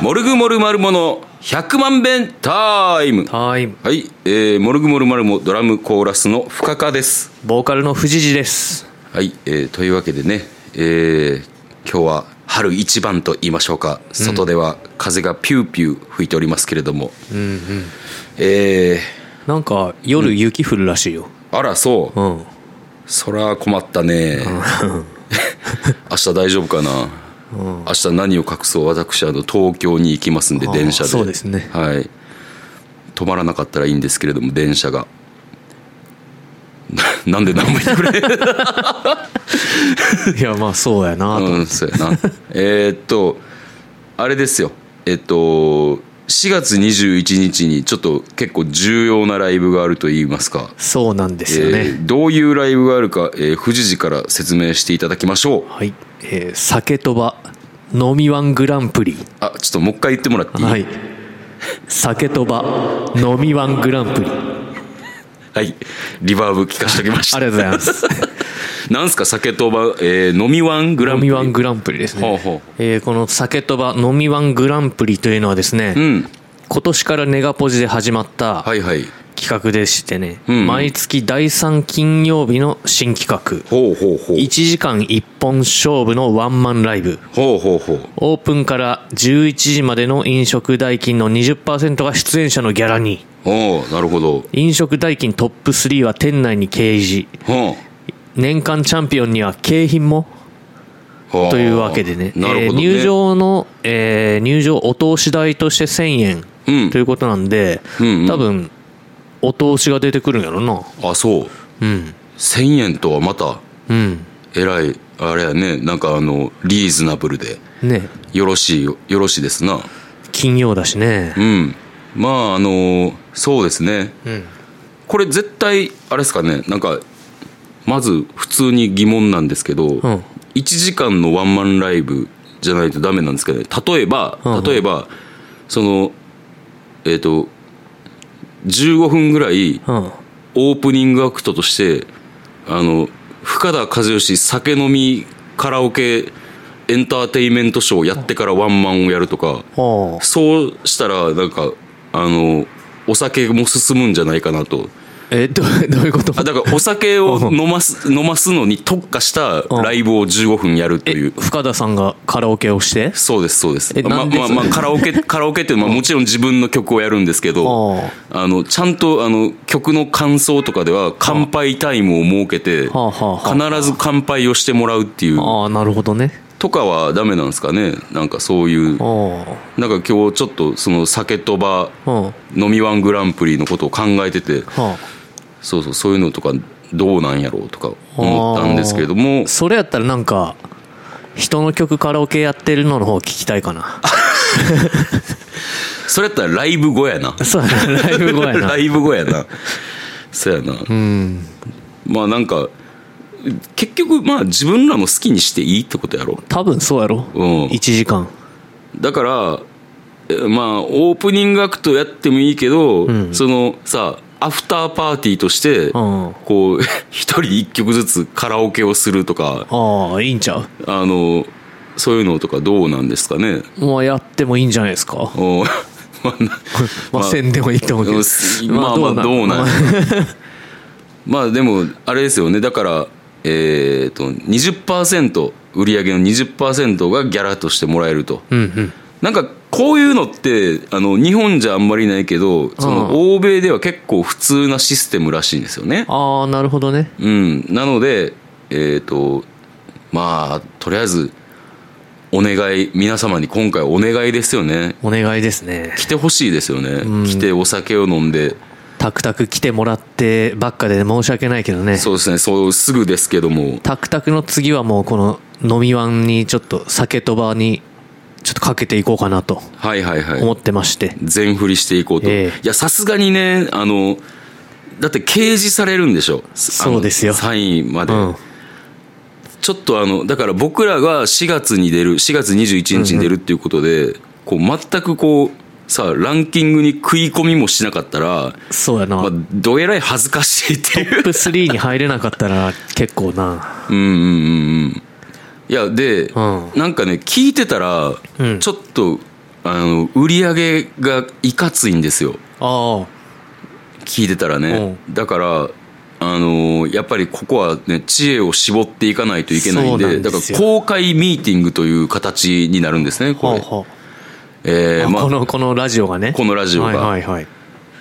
モルグモルマルモの100万遍タイムタイムはい、えー、モルグモルマルモドラムコーラスの深川ですボーカルの藤次ですはい、えーというわけでね、えー今日は春一番と言いましょうか外では風がピューピュー吹いておりますけれども、えなんか夜雪降るらしいよーあらそう、うん、そら困ったね 明日大丈夫かな、明日何を隠そう私あの東京に行きますんであー電車でそうですね はい止まらなかったらいいんですけれども電車が ななんで何も言ってくれいや まあそうやなと、うんそうやなえーっとあれですよえっと4月21日にちょっと結構重要なライブがあると言いますかそうなんですよえね、ーどういうライブがあるか、えー、富士寺から説明していただきましょうはい、えー酒とば飲みワングランプリあちょっともう一回言ってもらっていい、はい酒とば飲みワングランプリはい、リバーブ聞かせておきましあたりがとうございますなんすか酒とば、えー、飲みワングラン飲プみリワングランプリですねほうほうえーこの酒とば飲みワングランプリというのはですね、うん今年からネガポジで始まったはいはい企画でしてね、うん毎月第3金曜日の新企画ほうほうほう1時間1本勝負のワンマンライブほうほうほうオープンから11時までの飲食代金の20%が出演者のギャラにおーなるほど飲食代金トップ3は店内に掲示ほ年間チャンピオンには景品もうほというわけでねなるえーほど、ね入場の、えー入場お通し代として1000円、うんということなんで、うんうん多分お通しが出てくるんやろなあそううん1000円とはまたうんえらいあれやねなんかあのリーズナブルでねよろしいよよろしいですな金曜だしねうんまああのーそうですねうんこれ絶対あれですかねなんかまず普通に疑問なんですけど、ん1時間のワンマンライブじゃないとダメなんですけど、ね、例えばうんうん例えば、そのえっ、と15分ぐらいうんオープニングアクトとしてあの深田和義酒飲みカラオケエンターテインメントショーをやってからワンマンをやるとかおうそうしたらなんかあのお酒も進むんじゃないかなと。えどうどういうことあだからお酒を飲ます 飲ますのに特化したライブを15分やるとえいう深田さんがカラオケをしてそうですそうですえまなあんでまあまあカラオケ カラオケっていうのはもちろん自分の曲をやるんですけどああのちゃんとあの曲の感想とかでは乾杯タイムを設けてはあはあは必ず乾杯をしてもらうっていうあああなるほどねとかはダメなんですかねなんかそういうおうなんか今日ちょっとその酒とばうんは飲みワングランプリのことを考えててあそうそうそういうのとかどうなんやろうとか思ったんですけれどもそれやったらなんか人の曲カラオケやってるのの方聞きたいかなそれやったらライブ後やな。そうやなライブ後やなライブ後やな。そうやな。うんまあなんか、結局まあ自分らも好きにしていいってことやろ。 多分そうやろ、うん1時間だから、えまあオープニングアクトやってもいいけど、そのさ、アフターパーティーとして、んこう、 一人一曲ずつカラオケをするとか、ああいいんちゃうあの、そういうのとかどうなんですかね。もうやってもいいんじゃないですかお まあなまあまあ宣伝はいいと思うけどうんまあまあどうなん まあでもあれですよねだからえっと20%売り上げの20%がギャラとしてもらえると、うんうんなんかこういうのってあの日本じゃあんまりないけどその欧米では結構普通なシステムらしいんですよねああなるほどねうんなのでえっ、とまあとりあえずお願い皆様に今回お願いですよねお願いですね来てほしいですよね、来てお酒を飲んでタクタク来てもらってばっかで申し訳ないけどねそうですねそうすぐですけどもタクタクの次はもうこの飲みワンにちょっと酒とばにちょっとかけていこうかなとはいはいはい思ってまして全振りしていこうと、ええいやさすがにねあのだって掲示されるんでしょすあのそうですよサインまで、うんちょっとあのだから僕らが4月に出る4月21日に出るっていうことで、こう全くこうさランキングに食い込みもしなかったら、そうやな、まあ、どえらい恥ずかしいっていう トップ3に入れなかったら結構なうんうんうんうんいやで、んなんかね聞いてたら、うんちょっとあの売り上げがいかついんですよああ聞いてたらね、だからあのーやっぱりここはね知恵を絞っていかないといけないんでそうなんだからですよ公開ミーティングという形になるんですねこほうれ、ほうえーあまあこのこのラジオがねこのラジオがはいはいはい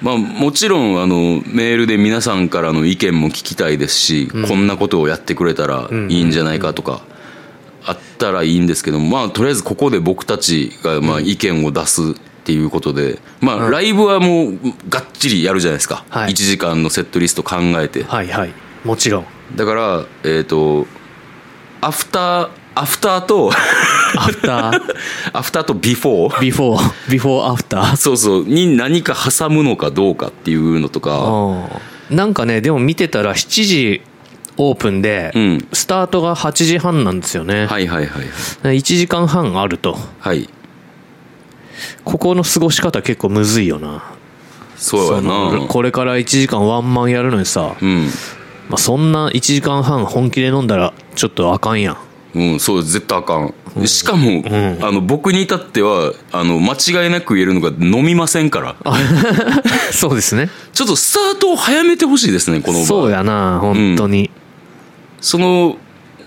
まあ、もちろんあのメールで皆さんからの意見も聞きたいですし、こんなことをやってくれたらいいんじゃないかとか、あったらいいんですけどまあとりあえずここで僕たちがまあ意見を出すっていうことで、まあ、ライブはもうがっちりやるじゃないですか、はい1時間のセットリスト考えてはいはいもちろんだからえっ、とアフターアフターと アフタ ーアフターとビフォービ フォービフォーアフターそうそうに何か挟むのかどうかっていうのとかうんなんかねでも見てたら7時オープンで、うんスタートが8時半なんですよね、はいはいはい1時間半あるとはいここの過ごし方結構むずいよなそうやそのなこれから1時間ワンマンやるのにさ、うん、まあ、そんな1時間半本気で飲んだらちょっとあか んやんうん、そう絶対あかん、しかも、あの僕に至ってはあの間違いなく言えるのが飲みませんからそうですねちょっとスタートを早めてほしいですねこの場合そうやな本当に、その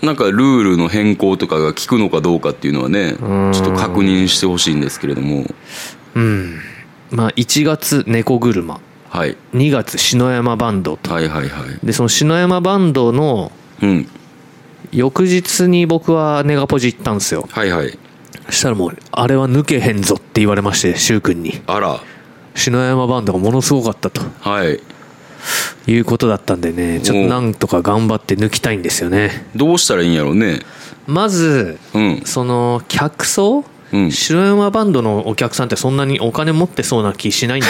なんかルールの変更とかが効くのかどうかっていうのはねちょっと確認してほしいんですけれどもまあ、1月猫車はい2月篠山バンドとはいはいはいでその篠山バンドのうん翌日に僕はネガポジ行ったんですよはいはいそしたらもうあれは抜けへんぞって言われまして柊君にあら篠山バンドがものすごかったとはいいうことだったんでねちょっとなんとか頑張って抜きたいんですよねどうしたらいいんやろうねまずうんその客層、うん白山バンドのお客さんってそんなにお金持ってそうな気しないんだ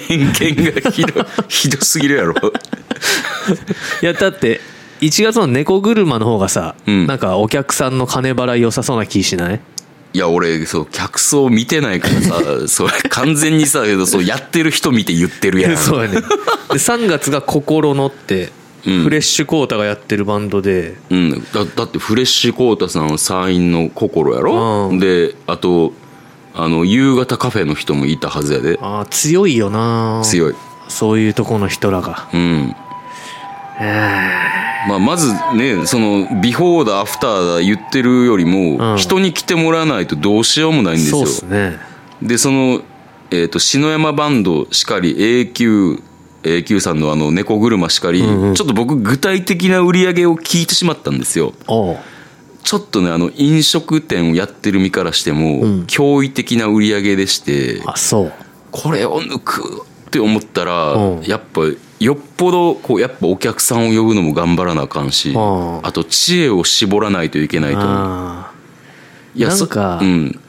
けどね偏見がひど ひどすぎるやろ いやだって1月の猫車の方がさ、うんなんかお客さんの金払い良さそうな気しないいや、俺、そう、客層見てないから さ、そう、完全にさ、けど、そう、やってる人見て言ってるやん。 そうやねで3月が「心の」って、うんフレッシュコータがやってるバンドでうん。だ、だって、フレッシュコータさんは参院の心やろ、うんで、あと、あの、夕方カフェの人もいたはずやで。ああ強いよな強い。そういうとこの人らがうん。まあ、まずね、その、ビフォーだ、アフターだ言ってるよりも、うん人に来てもらわないとどうしようもないんですよ。そうっすねでその、えー、と篠山バンドしかり AQ, AQ さんのあの猫車しかり、ちょっと僕具体的な売り上げを聞いてしまったんですよおうちょっとねあの飲食店をやってる身からしても、驚異的な売り上げでしてあそうこれを抜くって思ったら、うんやっぱよっぽどこうやっぱお客さんを呼ぶのも頑張らなあかんし、んあと知恵を絞らないといけないと思うああいやそなんかうん、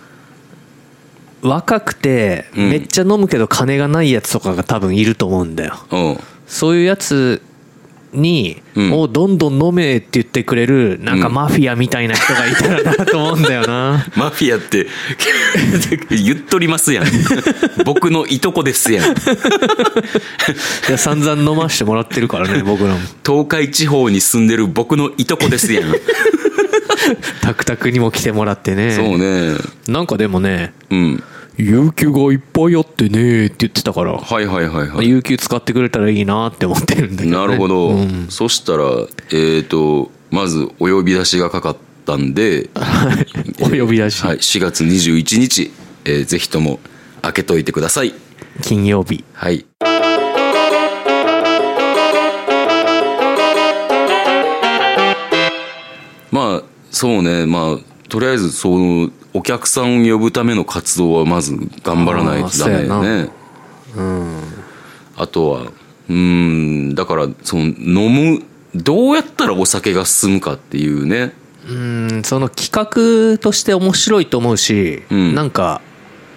若くてうんめっちゃ飲むけど金がないやつとかが多分いると思うんだようんそういうやつに、うんおどんどん飲めって言ってくれるなんかマフィアみたいな人がいたらなと思うんだよ なマフィアって言っとりますやん僕のいとこですやんいや散々飲ましてもらってるからね僕らも東海地方に住んでる僕のいとこですやん そタクタクにも来てもらってねうねなんかでもねうん有給がいっぱいあってねって言ってたから、はいはいはいはい有給使ってくれたらいいなって思ってるんだけど、なね、るほど、そしたらえっ、とまずお呼び出しがかかったんで、お呼び出し、はい、4月21日、えーぜひとも開けといてください金曜日はいまあそうねまあとりあえずそのお客さんを呼ぶための活動はまず頑張らないあーとそダうやメなだねあとはうんだからその飲むどうやったらお酒が進むかっていうねうんその企画として面白いと思うし、んなんか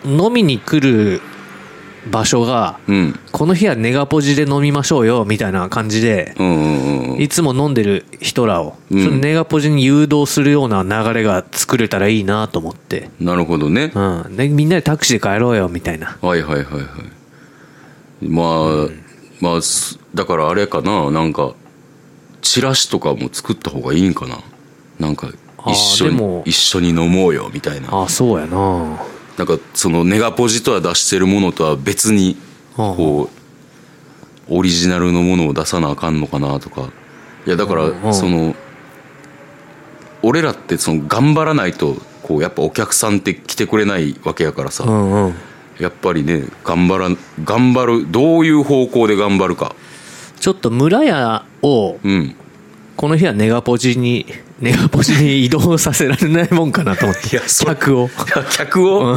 飲みに来る場所が、うんこの日はネガポジで飲みましょうよみたいな感じで、うんうんうんいつも飲んでる人らを、うんそのネガポジに誘導するような流れが作れたらいいなと思って、なるほどねうん、でみんなでタクシーで帰ろうよみたいなはいはいはいはいまあ、まあすだからあれかななんかチラシとかも作った方がいいんかななんかあー一緒でもに一緒に飲もうよみたいなああそうやななんかそのネガポジとは出してるものとは別にはあこうオリジナルのものを出さなあかんのかなとかいやだかうんうらんその俺らってその頑張らないとこうやっぱお客さんって来てくれないわけやからうさんうんやっぱりね頑張らん頑張るどういう方向で頑張るかちょっと村屋をうんこの日はネガポジにネガポジに移動させられないもんかなと思っていやそう 客を客を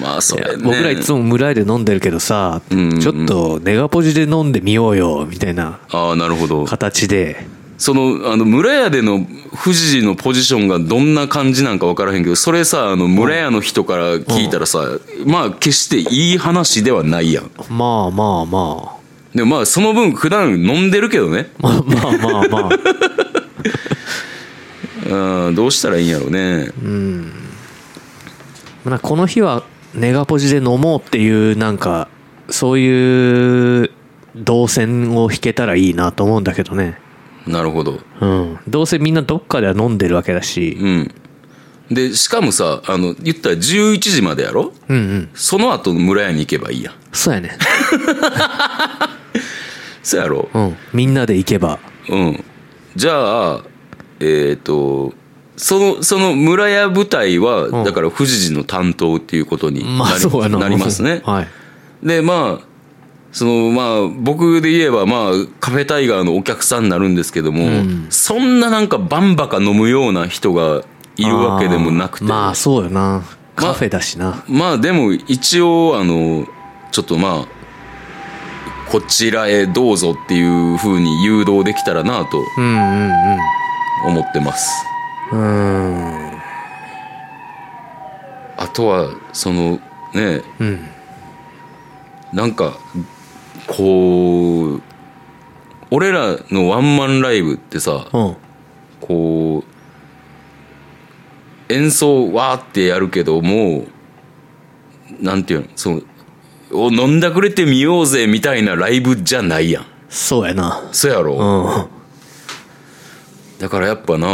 まあそれね僕らいつも村屋で飲んでるけどさ、うんうんうんちょっとネガポジで飲んでみようよみたいなああなるほど形でそのあの村屋での富士のポジションがどんな感じなんか分からへんけどそれさあの村屋の人から聞いたらさ、まあ決していい話ではないやんまあまあまでもまあその分普段飲んでるけどねあまあまあまあまあうんどうしたらいいんやろうねまあこの日はネガポジで飲もうっていうなんかそういう動線を引けたらいいなと思うんだけどねなるほどうんどうせみんなどっかでは飲んでるわけだし、うんでしかもさあの言ったら11時までやろうん、うんその後村屋に行けばいいやんそうやねそうやろうんみんなで行けばうん。じゃあ、えっ、と、その、その村屋部隊は、んだから富士寺の担当っていうことになり,、まあそうやな。なりますねはいで、まあ、その、まあ、僕で言えば、まあ、カフェタイガーのお客さんになるんですけども、そんななんかバンバカ飲むような人がいるわけでもなくて。あーまあそうよなカフェだしな、まあでも一応あのちょっとまあこちらへどうぞっていうふうに誘導できたらなと思ってます、うんあとはそのねうんなんかこう俺らのワンマンライブってさうんこう演奏わーってやるけどもうなんていうのそのお飲んだくれてみようぜみたいなライブじゃないやんそうやなそうやろ、うんだからやっぱな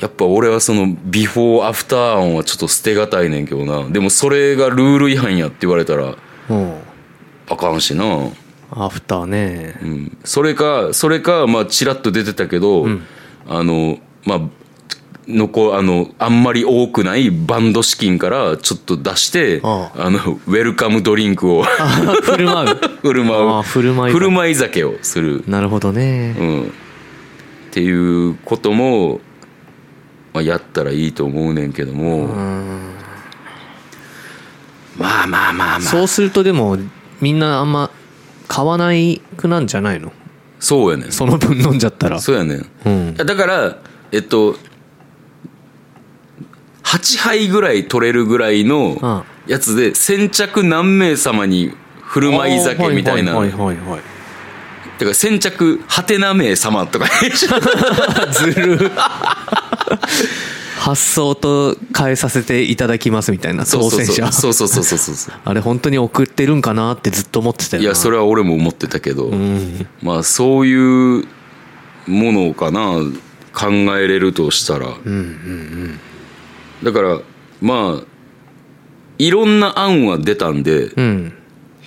やっぱ俺はそのビフォーアフター音はちょっと捨てがたいねんけどなでもそれがルール違反やって言われたらうんあかんしなアフターねうんそれかそれかまあチラッと出てたけど、あのまあのこあのあんまり多くないバンド資金からちょっと出してああのウェルカムドリンクを振る舞う振る舞あう振る舞い振る舞い酒をする なるほどねうん、っていうことも、まあ、やったらいいと思うねんけども、まあまあまあまあそうそうするとでもみんなあんま買わないくなんじゃないのやねんそその分飲んじゃったらうやねんうんだからえっと8杯ぐらい取れるぐらいのやつで先着何名様に振る舞い酒みたいなはいはいはいはいてか先着はてな名様とか ずる発想と変えさせていただきますみたいなそ当うそう選者そうそうそうそうそうそうあれ本当に送ってるんかなってずっと思ってたよいなやそれは俺も思ってたけど、うんまあそういうものかな考えれるとしたら、だからまあいろんな案は出たんで、うん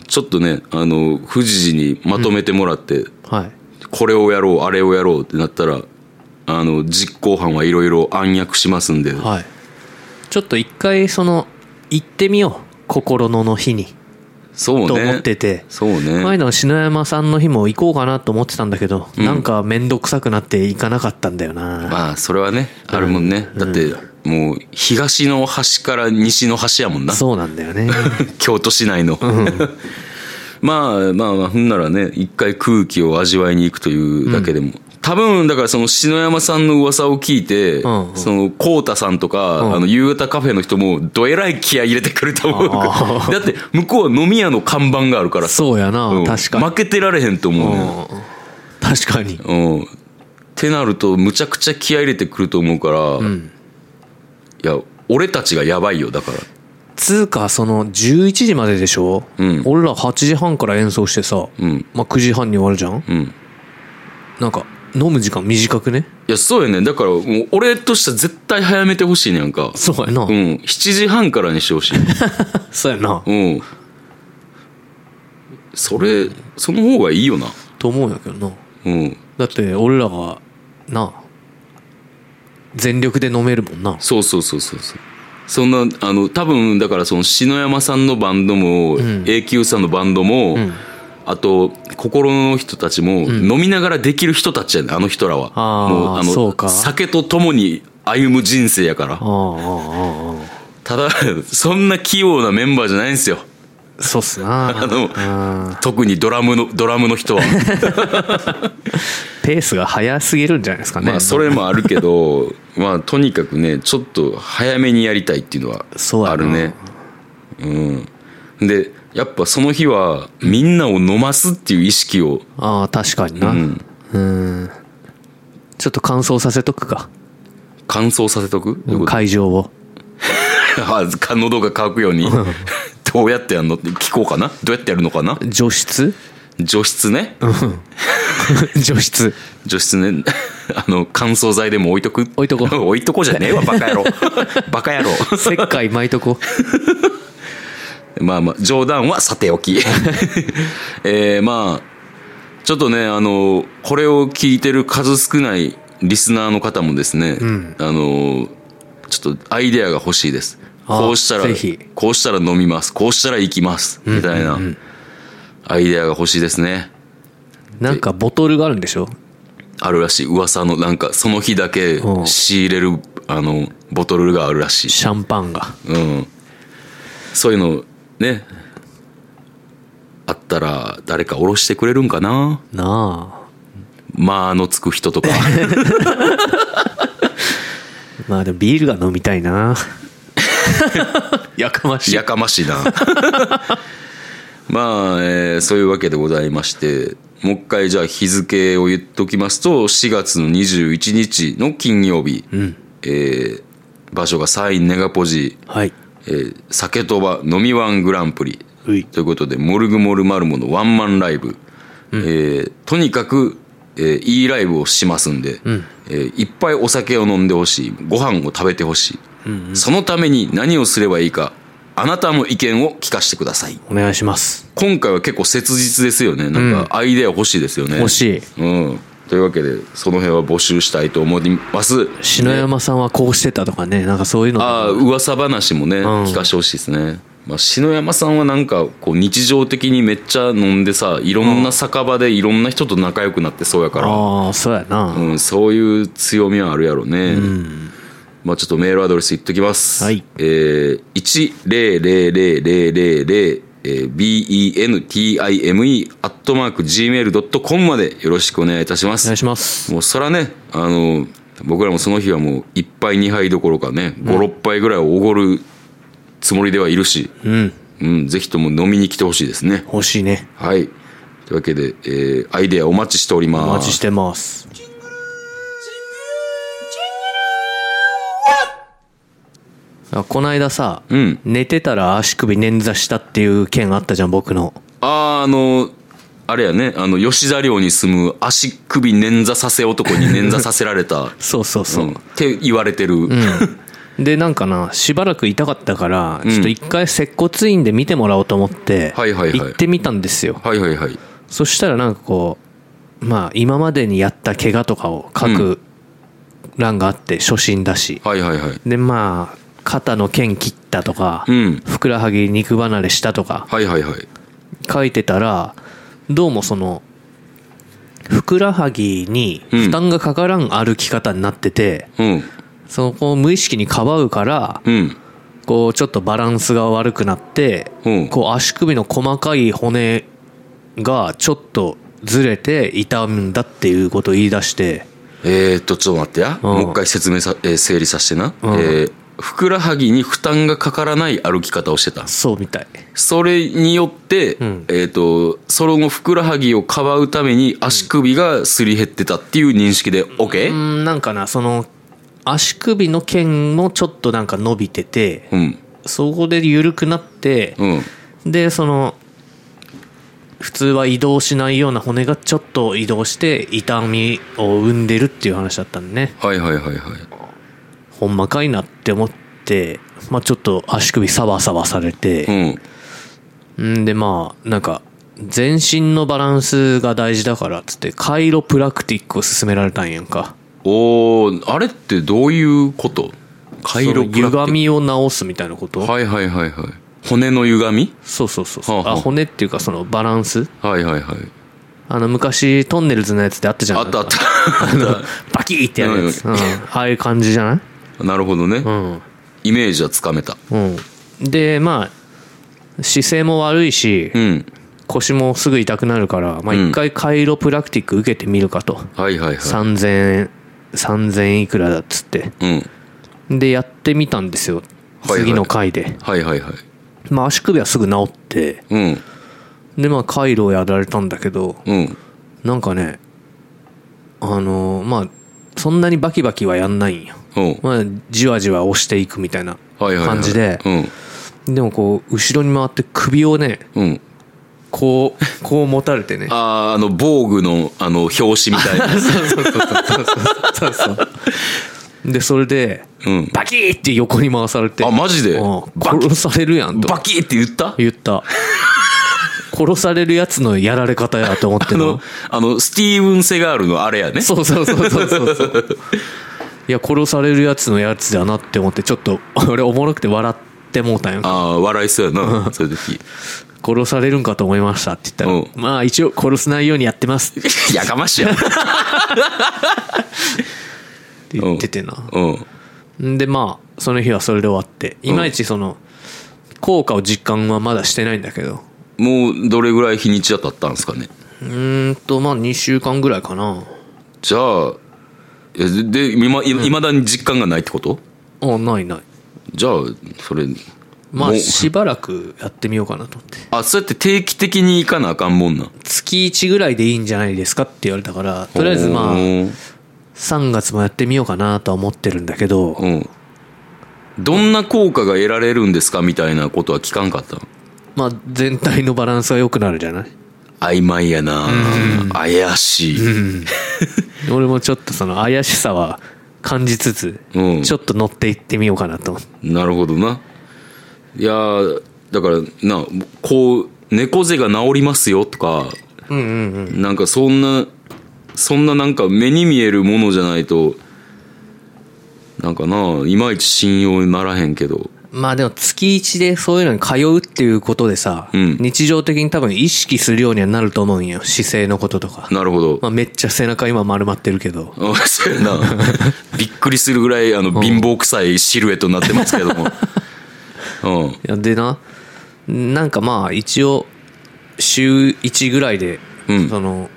ちょっとねあの富士寺にまとめてもらって、はいこれをやろうあれをやろうってなったらあの実行犯はいろいろ暗躍しますんで、はいちょっと一回その行ってみよう心のの日にそうねと思っててそうね前の篠山さんの日も行こうかなと思ってたんだけど、なんか面倒くさくなって行かなかったんだよな、まあそれはねあるもんね、だってもう東の端から西の端やもんなそうなんだ よね京都市内の、まあまあまあほんならね一回空気を味わいに行くというだけでも、多分、だからその篠山さんの噂を聞いて、うんうんその、こうたさんとか、んあの、夕方カフェの人も、どえらい気合い入れてくると思う。あだって、向こうは飲み屋の看板があるからさ。そうやな、うん確かに、負けてられへんと思うね。うん確かにうん。ってなると、むちゃくちゃ気合い入れてくると思うから、いや、俺たちがやばいよ、だから。つうかその11時まででしょ、うん俺ら8時半から演奏してさ、うん。まあ、9時半に終わるじゃんうん。なんか飲む時間短くねいや、そうやねんだから、もう俺としては絶対早めてほしいねやんか。そうやな、うん。7時半からにしてほしい。そうやなうん。それ、その方がいいよな。と思うんやけどなうん。だって俺らがな全力で飲めるも んなそうそうそうそうそう。そんな、あの、多分、だから、その、篠山さんのバンドも、ん AQ さんのバンドも、んあと、心の人たちも、飲みながらできる人たちやねんあの人らは。あーもう、あの、そうか酒と共に歩む人生やからあ。ああああただ、そんな器用なメンバーじゃないんですよ。あそうっすな あのうん特にドラムの、ドラムの人は。ペースが早すぎるんじゃないですかねまあ、それもあるけど、 まあ、とにかくね、ちょっと早めにやりたいっていうのそうはやなあるね。うん。で、やっぱその日は、みんなを飲ますっていう意識を、ああ確かになううんん、んちょっと乾燥させとくか乾燥させとくどういうこと会場を あ喉が乾くように。 どうやってやんのって聞こうかなどうやってやるのかな 除湿除湿ね。除湿除湿ね。 あの、乾燥剤でも置いとく置いとこう 置いとこじゃねえわ、バカ野 郎。バカ野郎。石灰巻いとこ まあまあ、冗談はさておき。 えー、まあ、ちょっとね、あの、これを聞いてる数少ないリスナーの方もですね、あの、ちょっとアイデアが欲しいです。あこうしたらぜひ、こうしたら飲みます、こうしたら行きます、みたいな、アイデアが欲しいですね。うなんかボトルがあるんでしょあるらしい。噂の、なんか、その日だけうん仕入れる、あの、ボトルがあるらしい。シャンパンがうん、そういうのねあったら誰かおろしてくれるんかななまあのつく人とかあまあでもビールが飲みた いなやかましいやかましいな まあ、えーそういうわけでございましてもう一回じゃあ日付を言っときますと4月の21日の金曜日、えー場所がサインネガポジ、はいえー酒とば飲みワングランプリういということで、モルグモルマルモのワンマンライブ、えーとにかく、えーいいライブをしますんで、えーいっぱいお酒を飲んでほしい、ご飯を食べてほしい、そのために何をすればいいか、あなたの意見を聞かせてください。お願いします今回は結構切実ですよね。なんか、アイデア欲しいですよね。欲しいうん。というわけで、その辺は募集したいと思います。篠山さんはこうしてたとかねなんかそういうのああ噂話もね、聞かしてほしいですね、まあ、篠山さんはなんかこう日常的にめっちゃ飲んでさいろんな酒場でいろんな人と仲良くなってそうやから、ああそうやな、うん、そういう強みはあるやろね、まあ、ちょっとメールアドレス言っときます、はいえー、1000000えー bentime アットマーク gmail.com までよろしくお願いいたしまおす願いしますもうそらね、あの、僕らもその日はもう一杯二杯どころかね、五六杯ぐらいおごるつもりではいるし、うんうん、ぜひとも飲みに来てほしいですね。欲しいねはい。というわけで、えーアイデアお待ちしております。お待ちしてますあこの間さ、うん寝てたら足首捻挫したっていう件あったじゃん僕のあー、あの、あれやね、あの、吉田寮に住む足首捻挫させ男に捻挫させられた、そうそう そうう、ん、って言われてる。でなんかなしばらく痛かったから、ちょっと一回接骨院で見てもらおうと思って、はいはいはい行ってみたんですよはいはいはい。そしたらなんかこうまあ今までにやった怪我とかを書く欄があって初心だし、はいはいはい。でまあ肩の腱切ったとか、うんふくらはぎ肉離れしたとかはいはいはい。書いてたらどうもそのふくらはぎにうん負担がかからん歩き方になってて、うん。そこを無意識にかばうから、うん。こうちょっとバランスが悪くなって、うんこう足首の細かい骨がちょっとずれて痛むんだっていうことを言い出してえー、っと、ちょっと待ってや。うんもう一回説明さ、えー整理させてな。うんえーふくらはぎに負担がかからない歩き方をしてた。そうみたいそれによって、んえっ、と、そのふくらはぎをかばうために足首がすり減ってたっていう認識で OK? ううん。んなんかなその足首の腱もちょっとなんか伸びてて、うん。そこで緩くなって、うん。でその普通は移動しないような骨がちょっと移動して痛みを生んでるっていう話だったんでねはいはいはいはい。ほんまかいなって思って、まあ、ちょっと足首サワサワされうて、ん。ん、でまあなんか全身のバランスが大事だからっつってカイロプラクティックを勧められたんやんかおーあれってどういうこと回路ブラそのッ歪みを直すみたいなこと、はいはいはいはい。骨の歪みそうそうそうそう、はあはああ骨っていうかそのバランスはいはいはい。あの昔トンネルズのやつであったじゃんあったあっあの バキーってやるやつ、うんうんああいう感じじゃないた。 なるほどね。うん、イメージはつかめた。うん、でまあ姿勢も悪いし、うん。腰もすぐ痛くなるから、まあ、うん一回カイロプラクティック受けてみるかと、はいはいは3000円3000いくらだっつってい。うん。でやってみたんですよいはい次の回で、はいはいはい。まあ、足首はすぐ治ってうん。でまあカイロをやられたんだけどうん。なんかねあのまあそんなにバキバキはやんないんようん。まあ、じわじわ押していくみたいなはいはいはい。感じで、うん。でもこう後ろに回って首をねうん。こうこう持たれてねあーあの、防具の、あの、表紙みたいな。 そうそうそうそうそうそうそうでそれでうん。バキーって横に回されてあマジでうんバキ殺されるやんとバキーって言った言った 殺されるやつのやられ方やと思ってあんのの、あの、スティーブン・セガールのあれやね。そうそうそうそうそ うそういや殺されるやつのやつだなって思ってちょっと 俺おもろくて笑ってもうたんよああ、笑いそうやな、そういう時。殺されるんかと思いましたって言っうたら、まあ一応殺さないように やってますってやかましいや。言っててな。うん。んでまあ、その日はそれで終わって、いまいちその、効果を実感はまだしてないんだけど、もう、どれぐらい日にちは経ったんですかね。うーんとまあ2週間ぐらいかな。じゃあ、えで、いま、いいまだに実感がないってことあないない。じゃあ、それ、もまあうしばらくやってみようかなと思って。あ、そうやって定期的に行かなあかんもんなん。月1ぐらいでいいんじゃないですかって言われたから、とりあえずまあお、ー3月もやってみようかなとは思ってるんだけど、うん。どんな効果が得られるんですかみたいなことは聞かんかったのまあ全体のバランスは良くなるじゃない曖昧やな、怪しい。俺もちょっとその怪しさは感じつつ、うんちょっと乗っていってみようかなと思ってなるほどな。いやーだからな、こう、猫背が治りますよとか、なんかそんな、そんななんか目に見えるものじゃないと、なんかな、いまいち信用にならへんけど。まあでも月1でそういうのに通うっていうことでさ、うん日常的に多分意識するようにはなると思うんよ姿勢のこととか、なるほど。まあ、めっちゃ背中今丸まってるけどあそうや な。びっくりするぐらい、あの、貧乏臭いシルエットになってますけ ども。うん。いやでななんかまあ一応週1ぐらいで、うんその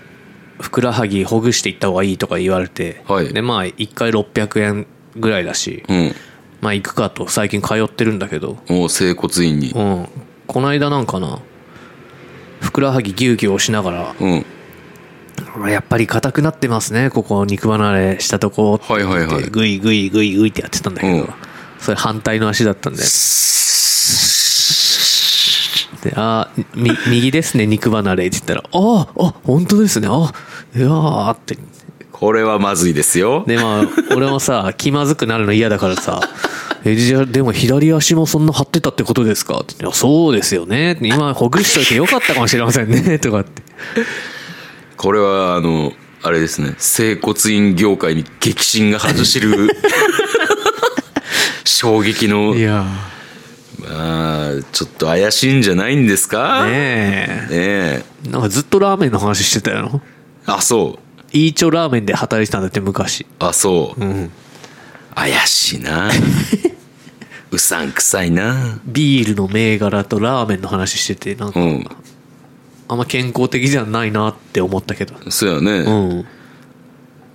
ふくらはぎほぐしていった方がいいとか言われて、はいでまあ1回600円ぐらいだし、うん。まあ行くかと最近通ってるんだけどもう整骨院にう。んこの間なんかなふくらはぎぎゅうぎゅう押しながらうん。あやっぱり硬くなってますねここ肉離れしたとこってはいはいはい。グイグイグイグイってやってたんだけど、うんそれ反対の足だったんでであーみ右ですね肉離れって言ったらあーあ本当ですねあいやーってこれはまずいですよ。でまあ俺もさ 気まずくなるの嫌だからさえじゃあでも左足もそんな張ってたってことですかっていやそうですよね今ほぐしといてよかったかもしれませんねとかってこれは、あの、あれですね、整骨院業界に激震が走 る衝撃の、やまあ、ちょっと怪しいんじゃないんですかねねえ。えなんかずっとラーメンの話してたよあ、そう。イーチョラーメンで働いてたんだって昔あ、そう。ん怪しい な。うさんくさいな。ビールの銘柄とラーメンの話しててなんか、うん。あんま健康的じゃないなって思ったけど。そうやね。うん。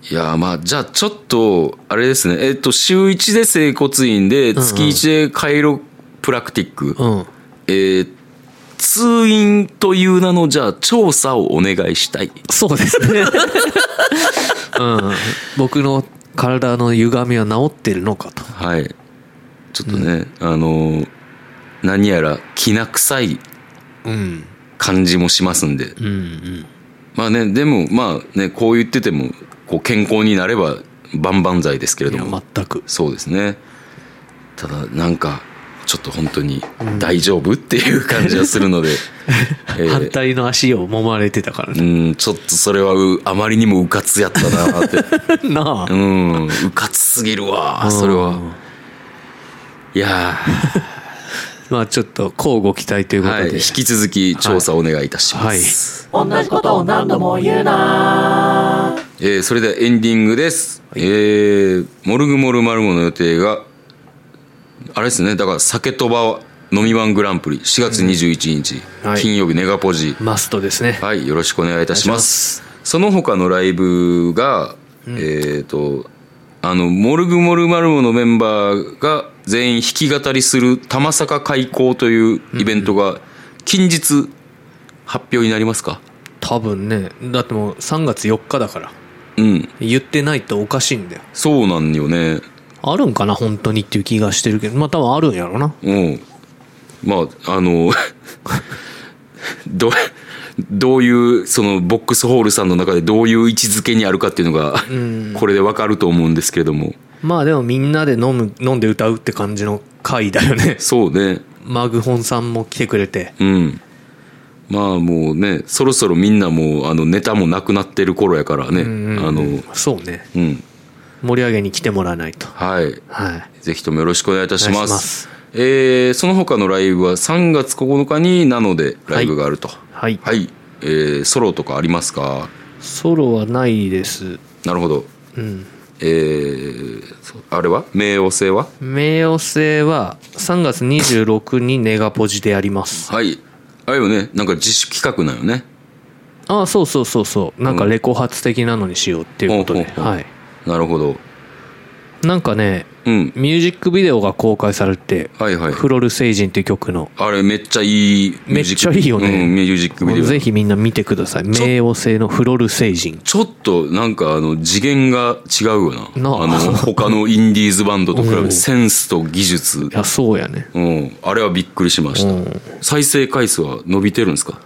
いやーまあじゃあちょっとあれですねえっと週1で整骨院で月1でカイロプラクティック、うん。えー通院という名のじゃあ調査をお願いしたいそうです ね。うん。僕の体の歪みは治ってるのかと。はいちょっとね、あのー何やらきな臭いうん。感じもしますんでうんうん。まあねでもまあねこう言っててもこう健康になれば万々歳ですけれいどや、も全く。そうですね。ただ、なんか、ちょっと本当に大丈夫っていう感じがするの で、えー反対の足を揉まれてたから ね。うん、ちょっとそれはうあまりにもうかつやったなって。なあう。ん、うかつすぎるわ、それは。いやまあちょっと交互期待というー、ことはで。い、引き続き調査お願いいたしまはいす。同じことを何度も言うなえーそれではエンディングです。えーモルグモルマルモの予定が、あれですね、だから、酒とば飲み番グランプリ、4月21日、うんはい金曜日、ネガポジ、マストですね。はい、よろしくお願いいたします。おその他のライブが、えっ、と、あの、モルグモルマルモのメンバーが全員弾き語りする玉坂開講というイベントが近日発表になりますか多分ね。だってもう3月4日だから。うん、言ってないとおかしいんだよ。そうなんよね。あるんかな本当にっていう気がしてるけど。まあ多分あるんやろな。うん。まあ、あの、 どう、どういう、その、ボックスホールさんの中でどういう位置づけにあるかっていうのが、これでわかると思うんですけれども。まあでもみんなで飲む、飲んで歌うって感じの回だよね。そうね。 マグホンさんも来てくれて。うん。まあもうね、そろそろみんなもう、あの、ネタもなくなってる頃やからね。あの、そうね。うん。盛り上げに来てもらわないと。はい。はい。ぜひともよろしくお願いいたしお願ます。いしますえーその他のライブは3月9日になのでライブがあると。ははい。い。えーソロとかありますかソロはないです。なるほど。うん。えーそあれは冥王星は名誉星は3月26にネガポジでやります。はい。あれよね、なんか自主企画なんよね。ああ、そうそうそうそう。なんかレコ発的なのにしようっていうことで。ほうほうほうはい。なるほど。なんかね、うん。ミュージックビデオが公開されて、はいはい。フロル星人っていう曲の、あれめっちゃいいミュージックめっちゃいいよねうん、ミュージックビデオ。ぜひみんな見てください。名誉星のフロル星人。ちょっとなんかあの次元が違うよな。なああの他のインディーズバンドと比べてセンスと技術い。や、そうやね。うん。あれはびっくりしました。再生回数は伸びてるんですか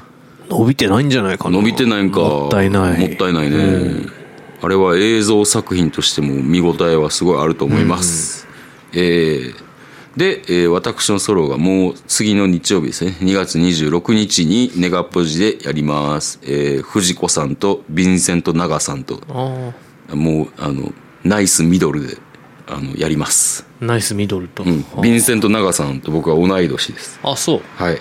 伸びてないんじゃないかな。伸びてないんか。もったいない。もったいないね。あれは映像作品としても見応えはすごいあると思います。えーで、えー私のソロがもう次の日曜日ですね。2月26日にネガポジでやります。えー藤子さんとヴィンセント・ナガさんと。あもう、あの、ナイスミドルで、あの、やります。あ、ナイスミドルと。うん。ヴィンセント・ナガさんと僕は同い年です。あ、そう。はい。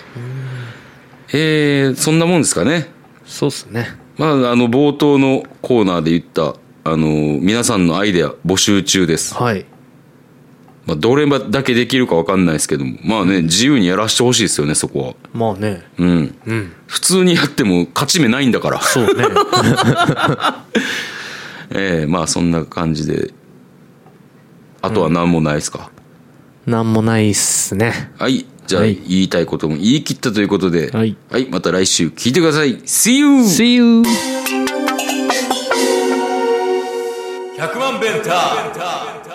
えー、そんなもんですかね。そうっすね。まあ、あの、冒頭のコーナーで言った、あの、皆さんのアイデア募集中です。はい。まあ、どれだけできるかわかんないですけども、まあね、自由にやらしてほしいですよね、そこは。まあね。うん。うん。普通にやっても勝ち目ないんだから。そうね。 ええまあ、そんな感じで。あとは何もないですか。なんもないっすね。はい。じゃあ、はい言いたいことも言い切ったということで、はいまた来週聞いてください。See you! See you! 100万ベンター